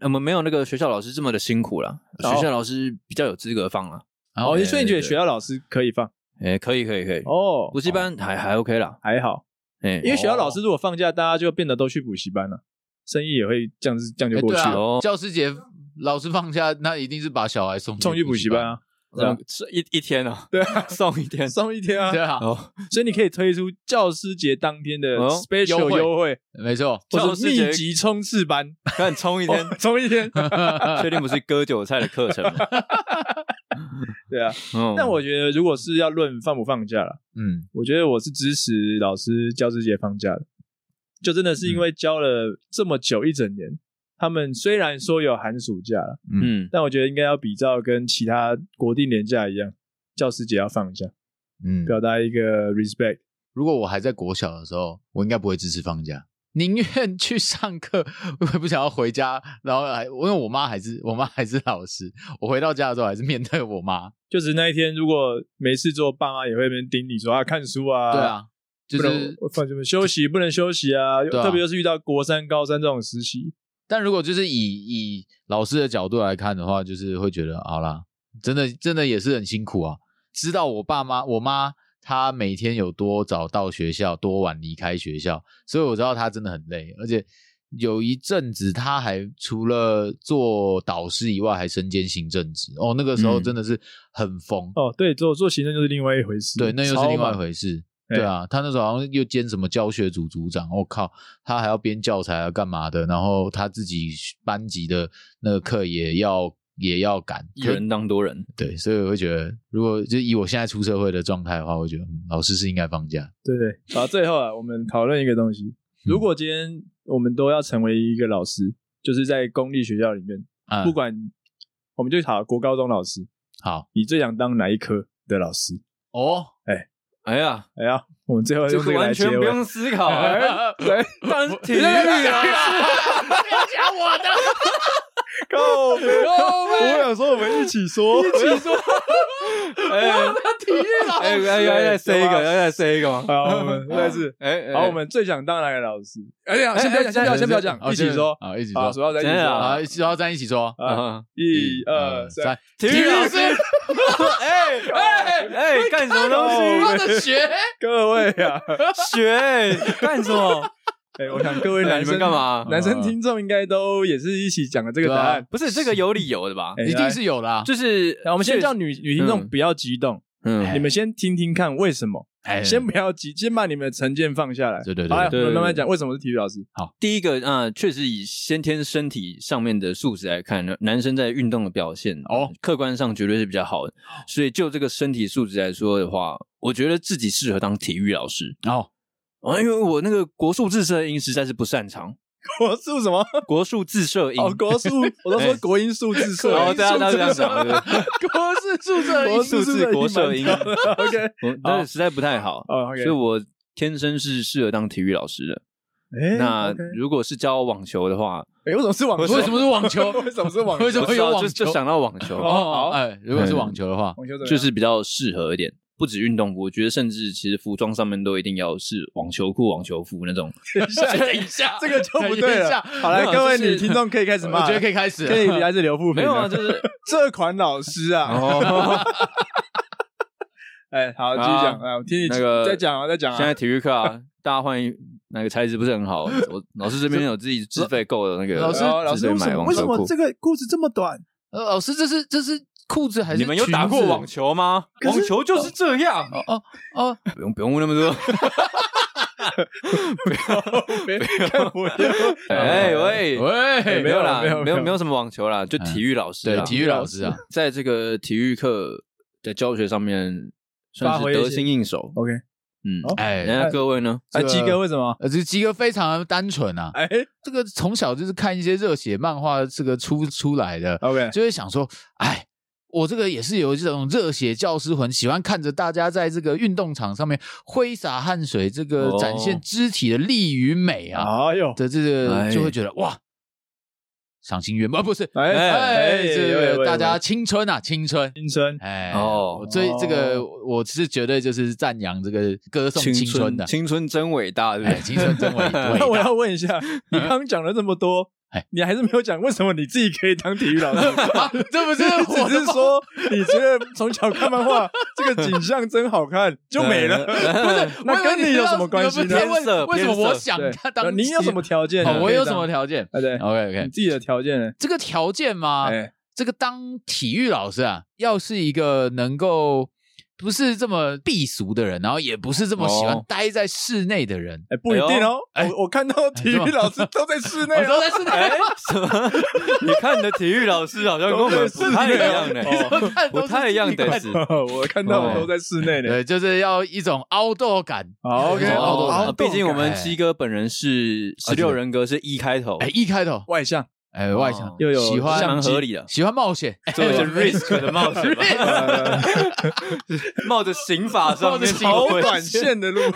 B: 我们没有那个学校老师这么的辛苦啦。
C: 哦
B: 学校老师比较有资格放啦。
A: 哦
C: 哦，所以你觉得
B: 对
C: 学校老师可以放？
B: 哎、可以可以可以，
C: 哦
B: 补，习班还还 OK 啦。
C: 还好，
B: 哎、
C: 因为学校老师如果放假，大家就变得都去补习班了，生意也会这样子，这样就
A: 哎
C: 过
A: 对
C: 去
A: 啊
C: 了，
B: 哦
A: 教师节老师放假，那一定是把小孩送
C: 送去补习班啊，
B: 这样是一一天哦，对、送一天。
C: 送一天
A: 班。
C: 啊
A: 对，啊，
B: 哦，
C: 所以你可以推出教师节当天的
B: 哦
C: special
A: 优惠
C: 优惠，
A: 没错，
C: 或
B: 教
C: 是
B: 师节
C: 密集冲刺班，
B: 看冲一天，
C: 冲一天。
B: 确定不是割韭菜的课程吗？
C: 对啊，
B: 嗯，
C: 但我觉得如果是要论放不放假了，
A: 嗯，
C: 我觉得我是支持老师教师节放假的，就真的是因为教了这么久一整年，他们虽然说有寒暑假了，
B: 嗯，
C: 但我觉得应该要比照跟其他国定年假一样，教师节要放一下，
A: 嗯，
B: 啊
C: 表达一个 respect。
A: 如果我还在国小的时候，我应该不会支持放假，宁愿去上课，我也不想要回家。然后还因为我妈还是我妈还是老师，我回到家的时候还是面对我妈。
C: 就只是那一天，如果没事做，爸妈也会在那边盯你说啊，看书啊，
A: 对，啊，就
C: 不
A: 是
C: 能呃放什么休息，不能休息啊，
A: 对啊
C: 特别就是遇到国三、高三这种时期，
A: 但如果就是以以老师的角度来看的话，就是会觉得好啦，真的真的也是很辛苦啊。知道我爸妈我妈她每天有多早到学校，多晚离开学校，所以我知道她真的很累。而且有一阵子她还除了做导师以外，还身兼行政职哦。那个时候
B: 嗯
A: 真的是很疯，
C: 哦，对，做做行政就是另外一回事，
A: 对，那又是
C: 超
A: 另外一
C: 忙。
A: 回事。
C: 哎
A: 对啊，他那时候好像又兼什么教学组组长，我、靠，他还要编教材啊，干嘛的？然后他自己班级的那个课也要也要赶，
B: 一人当多人，
A: 对，所以我会觉得，如果就以我现在出社会的状态的话，我会觉得、嗯、老师是应该放假。
C: 对对，好，最后啊，我们讨论一个东
A: 嗯
C: 西，如果今天我们都要成为一个老师，就是在公立学校里面，
A: 啊、
C: 不管我们就考国高中老师，
A: 好
C: 你最想当哪一科的老师？
A: 哦，
B: 哎呀，
C: 哎呀，我们最后
B: 这
C: 用这
B: 个
C: 个来
B: 完
C: 结
B: 全不
C: 尾。
B: 用思考啊，
C: 对，
B: 当体育啊，
A: 不要讲我的，
C: 够了。
A: 我
C: 我想说，我们一 起说，一起说。
B: 哎
A: 体育 老
B: 哎，要要再塞一个，要再塞一个吗？
C: 好，我们 再次，
B: 哎，哎
C: 好，我们最想当哪个老师？哎呀，
B: 哎
C: 先不要讲，
B: 哎
C: 先不要，先不要讲
A: 好，
C: 一起说。
A: 好，一起
C: 好，
A: 说，
C: 数到三，一起
B: 真的
C: 说。
B: 啊
A: 好，一起说，咱一起说，嗯
C: 啊，
B: 啊
C: 一二三，，
B: 体育老师，哎哎哎，干什么
C: 哦
B: 东西？
A: 我的 学。
C: 各位 啊，
B: 学干什么？
C: 哎，我想各位
B: 哎
C: 男
B: 你
C: 生
B: 们干？嘛？啊
C: 男生听众应该都也是一起讲了这个答案。
B: 不是这个有理由的吧？
C: 哎
A: 一定是有啦。
B: 就是
C: 来，我们先叫女女听众
B: 嗯
C: 不要激动，
B: 嗯
C: 你们先听听看为什么，
A: 哎，
C: 先不要急，先把你们的成见放下来。
A: 对对对
C: 好来，我
B: 对
C: 们慢慢讲为什么是体育老师。
B: 第一个啊，确实以先天身体上面的素质来看，男生在运动的表现啊
A: 哦，
B: 客观上绝对是比较好的。所以就这个身体素质来说的话，我觉得自己适合当体育老师
A: 哦，
B: 啊，因为我那个国术自摄音实在是不擅长。
C: 国术什么？
B: 国术自摄音，
C: 哦，国 术，我都说国音数字社，
B: 哎哦，对啊，他是这样讲的，
C: 国是数字，
B: 国数字国社 音
C: OK，
B: 我但是实在不太好，
C: 哦，OK，
B: 所以我天生是适合当体育老师的。
C: 哎
B: 那
C: OK
B: 如果是教网球的话，
C: 哎，为什么是网球？
A: 为什么是网球？
C: 为什么是网球？
A: 为什么
B: 不知
A: 有
B: 道
A: 网
B: 就
A: 球？
B: 就想到网球，
A: 哦
C: 好
A: 哦，哎，如果是 网球的话，
C: 网球怎么啊样
B: 就是比较适合一点。不止运动服，我觉得甚至其实服装上面都一定要是网球裤、网球服那种。
C: 等一下，
A: 等一下，
C: 这个就不对了。好
B: 没
C: 来，
B: 有
C: 各位
B: 就是
C: 女听众可以开始
A: 我
C: 骂了，
A: 觉得可以开始了，
C: 可以开始留负评
B: 没有啊，
C: 了
B: 就是
C: 这款老师啊，
B: 哦，
C: 哎，好，继续讲，哎，我听你
B: 那个
C: 再讲啊，再讲啊，
B: 现在体育课啊，大家换一那个材质不是很好，我老师这边有自己自费购的那个，
A: 老师
C: 然哦后老
B: 自
C: 师
B: 费
C: 为什
B: 买
C: 么
B: 网
C: 为什
B: 球
C: 么
B: 裤
C: 这。个裤子这么短？
A: 呃，老师，这是这是裤子还是
B: 你们有
A: 裙
B: 打过
A: 子
B: 网？球吗？
C: 是
B: 网球就是这样，
A: 哦哦哦，
B: 不用不用问那么多。
C: 哦别 看不要，
B: 哎喂，
A: 喂，
B: 没有啦，
C: 没
B: 没
C: 有没有
B: 有
C: 没有
B: 没有什么网球啦，就体育老师
A: 对
B: 啦。，
A: 体育老师啊，
B: 在这个体育课的教学上面算
C: 发
B: 是
C: 挥一些
B: 得心应手。
C: OK，
B: 嗯，
C: 哦
A: 哎，
B: 人家各位呢？
C: 哎，
A: 这个
C: 鸡哥为什么？
A: 呃，这鸡哥非常的单纯啊，
C: 哎
A: 这个从小就是看一些热血漫画，这个出出来的，
C: ，OK，
A: 就会想说，哎，我这个也是有这种热血教师魂，喜欢看着大家在这个运动场上面挥洒汗水，这个
B: 哦
A: 展现肢体的力与美啊
C: 哎呦，
A: 的这个，
B: 哎
A: 就会觉得哇，赏心悦目，啊不是？
C: 哎
A: 哎，这
C: 喂
A: 个大家
C: 喂
A: 青春啊，青春，
C: 青春，
A: 哎
B: 哦
A: 所以这个
C: 哦
A: 我是绝对就是赞扬这个歌颂青春的，
B: 青春真伟大，对不
A: 哎，
B: 对？
A: 青春真 伟伟
C: 那我
A: 大
C: 要问一下，你刚刚讲了这么多
A: 哎，
C: 你还是没有讲为什么你自己可以当体育老师？
A: 啊，这不是 我
C: 只
A: 的
C: 是说你觉得从小看漫画，这个景象真好看，就没 了。
B: 哎
A: 不是，
C: 那
A: 我以为
C: 跟你有什么关系呢
A: 你要问
B: 偏色
A: 为什么
B: 偏色
A: 我想
C: 对
A: 他当？
C: 你有什么？条件呢？
A: 哦，我有什么条件啊
C: 可以当？哎，
A: ？OK
C: 对，
A: OK，
C: 你自己的条件呢？
A: 这个条件吗？
C: 哎，
A: 这个当体育老师啊，要是一个能够不是这么避俗的人，然后也不是这么喜欢
B: 哦
A: 待在室内的人，
C: 哎，不一定哦。
A: 哎呦
C: 我我看到体育老师都在室内
A: 我
C: 哦，
A: 说在室
B: 哎
A: 内，，
B: 什么？ 你看你的体育老师好像跟我们不太一样呢，
A: 怎
C: 哦
A: 么看都
B: 不
A: 是
B: 太一样
A: 奇怪
B: 的。是。
C: 啊 我看到我都在室内呢。
A: 哦对，就是要一种 outdoor 感。
C: 好，OK，
A: 对
B: 哦
A: 好多
C: 好
A: 好
B: 毕竟我们
A: 哎
B: 鸡哥本人是
A: 啊
B: 十
A: 对
B: 六人格是一开头，
A: 哎，一开头，
C: 外向，
A: 哎，外向
B: 哦
C: 又有
A: 喜
B: 是
A: 欢
B: 蛮合理的，哎
A: 喜欢冒险，
B: 做一些 risk 的冒险吧，
C: 呃
B: 冒着刑法上
A: 冒着
B: 面
A: 刑
C: 好
B: 的危
C: 短
B: 险
C: 线的路。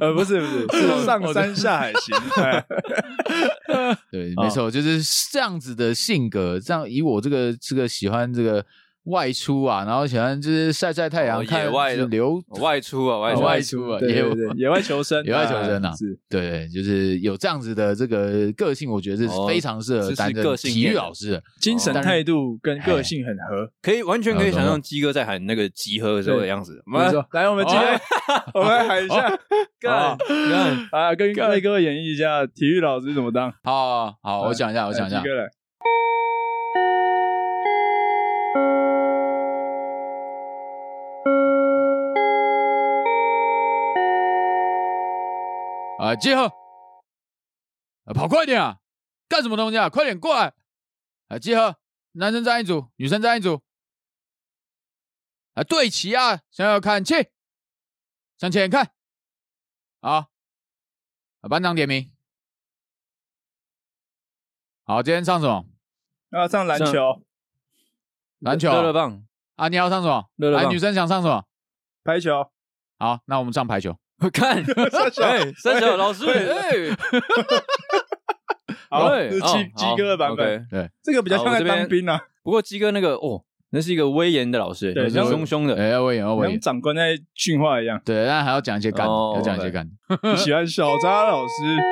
C: 呃，不是不是，是上山下海行。哎
A: 对，
B: 哦
A: 没错，就是这样子的性格。这样以我这个这个喜欢这个外出啊，然后喜欢就是晒晒太阳，
B: 哦
A: 看
B: 野外的
A: 流，
B: 外出啊，外出，
A: 外出啊
C: 对
A: 野
C: 对对野外求生，
A: 野外求生啊
C: 哎是
A: 对，就是有这样子的这个个性，我觉得是
B: 哦
A: 非常适合担
B: 这
A: 任
B: 是个性
A: 体育
B: 面的
A: 老师的。
C: 精神
A: 当然
C: 态度跟个性很合。
B: 可以完全可以想
A: 啊懂
B: 象鸡哥在喊那个集合的时候的样子。我
C: 没
B: 们
C: 错，来，我们今天 我们来喊一下，
B: 干干，
C: 啊，跟为各位演绎一下体育老师怎么当。
A: 好好，
B: 哎
A: 我想一下，我
C: 我
A: 想一下
C: 鸡，哥来，
A: 啊，集合，啊跑快点啊！干什么东西啊？快点过来！啊，集合，男生站一组，女生站一组。啊，对齐啊！向右看齐，向前看。好，啊班长点名。好，今天上什么？
C: 啊，上篮球、
A: 篮球
B: 乐乐棒，
A: 啊！你要上什么？
B: 乐乐
A: 来，
B: 棒
A: 女生想上什么？
C: 排球，
A: 好，那我们上排球。
B: 看，
C: 三小
B: 哎，三小老师，哎，
C: 好，
B: 对
C: 这是
B: 哦
C: 鸡鸡
B: 好
C: 哥的版本，
B: OK
C: 这个比较像
B: 好
C: 在
B: 我这边
C: 当兵啊，
B: 不过鸡哥那个哦，那是一个威严的老师，
C: 对
A: 像
B: 凶凶的。
A: 哎，要威严，要威
C: 像
A: 严。。
C: 长官在训话一样
A: 对，但还要讲一些干，
B: 哦
A: 要讲一些干。
C: 你喜欢小扎老师？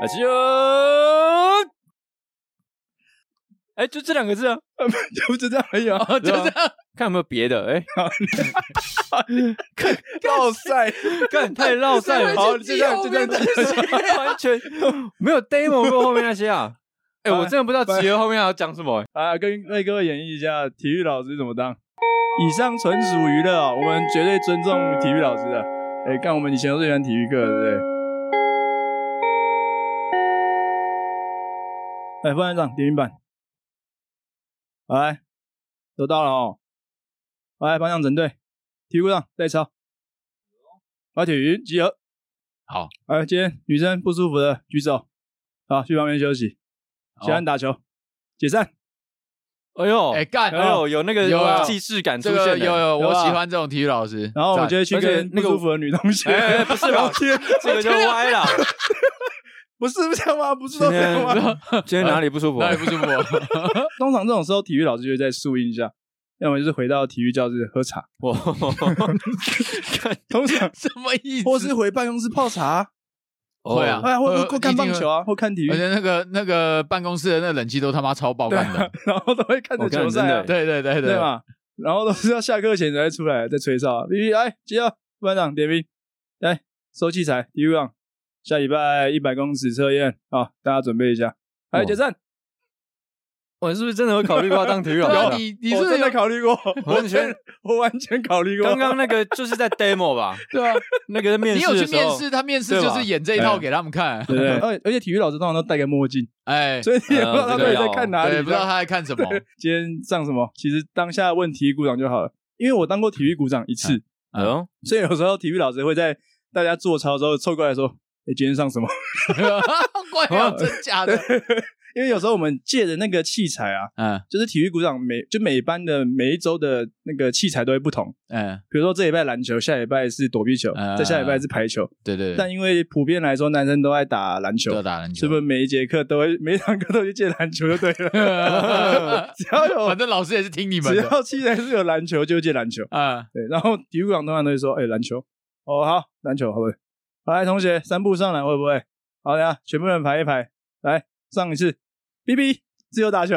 B: 啊，鸡哥，哎，就这两个字啊，
C: 就这样而已啊。
A: 哦，就这
B: 对
A: 样，
B: 看有没有别的。 哎，
C: 绕 赛，
B: 干太绕赛了，
C: 好，就这样，就这样记。
B: 完全没有 demo 过后面那些啊。哎，我真的不知道集合后面还要讲什么。哎
C: 啊，跟为各位演绎一下体育老师怎么当。以上纯属娱乐哦，我们绝对尊重体育老师的。哎，看我们以前都是喜欢体育课的，对不对？哎，副班长，点名板。来，都到了哦。来，方向整队，体育股长再操。来，体育集合。
A: 好，
C: 来，今天女生不舒服的举手。好，去旁边休息。
A: 好
C: 其他人打球，解散。
B: 哎呦，
A: 哎干
B: 哎呦，有那个
A: 有啊
B: 既视感出
A: 这个
B: 现
A: 有
B: 了。
A: 有，我
C: 有啊
A: 喜欢这种体育老师。
C: 然后我们
A: 赞
C: 就会去
B: 而且
C: 跟不
B: 那个
C: 舒服的女同学，
B: 哎哎不是吧
C: 聊天，
B: 这个就歪了。
C: 不是这样吗？不是
B: 今
C: 都这样吗？
B: 天今天哪里不舒服啊
A: 哪？里不舒服？
C: 通常这种时候，体育老师就会在树荫下，要么就是回到体育教室喝 茶，
B: 我
C: 通常
A: 什么意思？
C: 或是回办公室泡茶，啊
A: 会啊
C: 哎，或
A: 呃
C: 或或看
A: 一定
C: 棒球啊，或看体育
A: 而，且那个那个办公室的那冷气都他妈超爆干的，
C: 然后都会看着
B: 我看
C: 球赛啊，
B: 真的
A: 对对对
C: 对嘛？然后都是要下课前才出来再吹哨啊。B B 来集合，班长点名，来收器材，体育长，下礼拜一百公尺测验啊，大家准备一下，来
B: 哇
C: 解散。
B: 我是不是真的有考虑过要当体育
A: 对
B: 老
A: 啊，
B: 师啊？
A: 你你
C: 我
A: 是不是
C: 真的
A: 有
C: 考虑过？ 我
B: 完全
C: 真我完全考虑过。
B: 刚刚那个就是在 demo 吧？
A: 对啊？
B: 那个在面
A: 你
B: 试
A: 有
B: 的
A: 去
B: 时候
A: 面试，他面试
B: 对
A: 就
B: 吧
A: 是演这一套给他们看，
C: 对不对，而而且体育老师通常都戴个墨镜，
A: 哎，
C: 所以你也不知道他到底在看哪里。
A: 对，不知道他在看什 么，
C: 今天上什么？其实当下问体育股长就好了，因为我当过体育股长一次，
B: 哎呦，
C: 所以有时候体育老师会在大家做操之后凑过来说：“哎，今天上什么
A: 怪哦，真假的？？”
C: 因为有时候我们借的那个器材啊，
A: 嗯
C: 就是体育股长每就每班的每一周的那个器材都会不同。
A: 嗯，
C: 比如说这礼拜篮球，下礼拜是躲避球，
A: 啊
C: 再下礼拜是排球。
A: 对对对，
C: 但因为普遍来说，男生都爱打篮球
A: 都，打篮
C: 是
A: 球
C: 不，是每一节课都会每一堂课都去借篮球就对 了？只要有
A: 哦反正老师也是听你们
C: 只
A: 的，
C: 要器材是有篮球就借篮球，
A: 啊，
C: 对。然后体育馆通常都会说：“哎、篮球，哦好，篮球会不会？好来，同学三步上来会不会？好，等一下全部人排一排，来上一次，B B 自由 打球，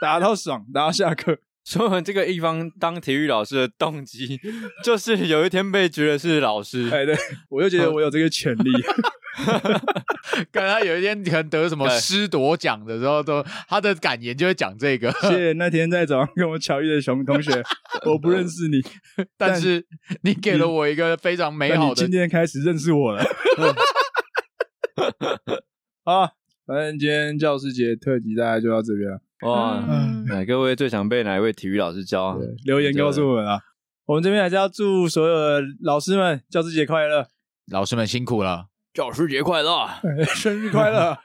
C: 打到爽，打到下课。
B: 所以我们这个一方当体育老师的动 机，就是有一天被觉得是老师，
C: 哎、对我就觉得我有这个权 利，
A: 可能他有一天可能得什么
B: 对
A: 师铎奖的时候，都他的感言就会讲这个，
C: 谢谢那天在早上跟我巧遇的熊同学，我不认识你，
A: 但是 你给了我一个非常美
C: 但
A: 好
C: 你
A: 的
C: 今天开始认识我了。 好啊，反正今天教师节特辑大概就到这边了。
B: 哇！哎，各位最想被哪一位体育老师教啊？
C: 留言告诉我们啊，我们这边还是要祝所有的老师们教师节快乐，
A: 老师们辛苦了，
B: 教师节快乐！啊
C: 生日 快乐！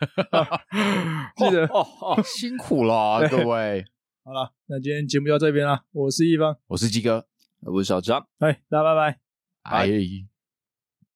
C: 记得
B: 哦哦，哦
A: 辛苦了，啊各 位，
C: 好了，那今天节目就到这边了，我是一方，
A: 我是鸡哥，
B: 我是小张。
C: 哎，大家拜拜。
A: 哎。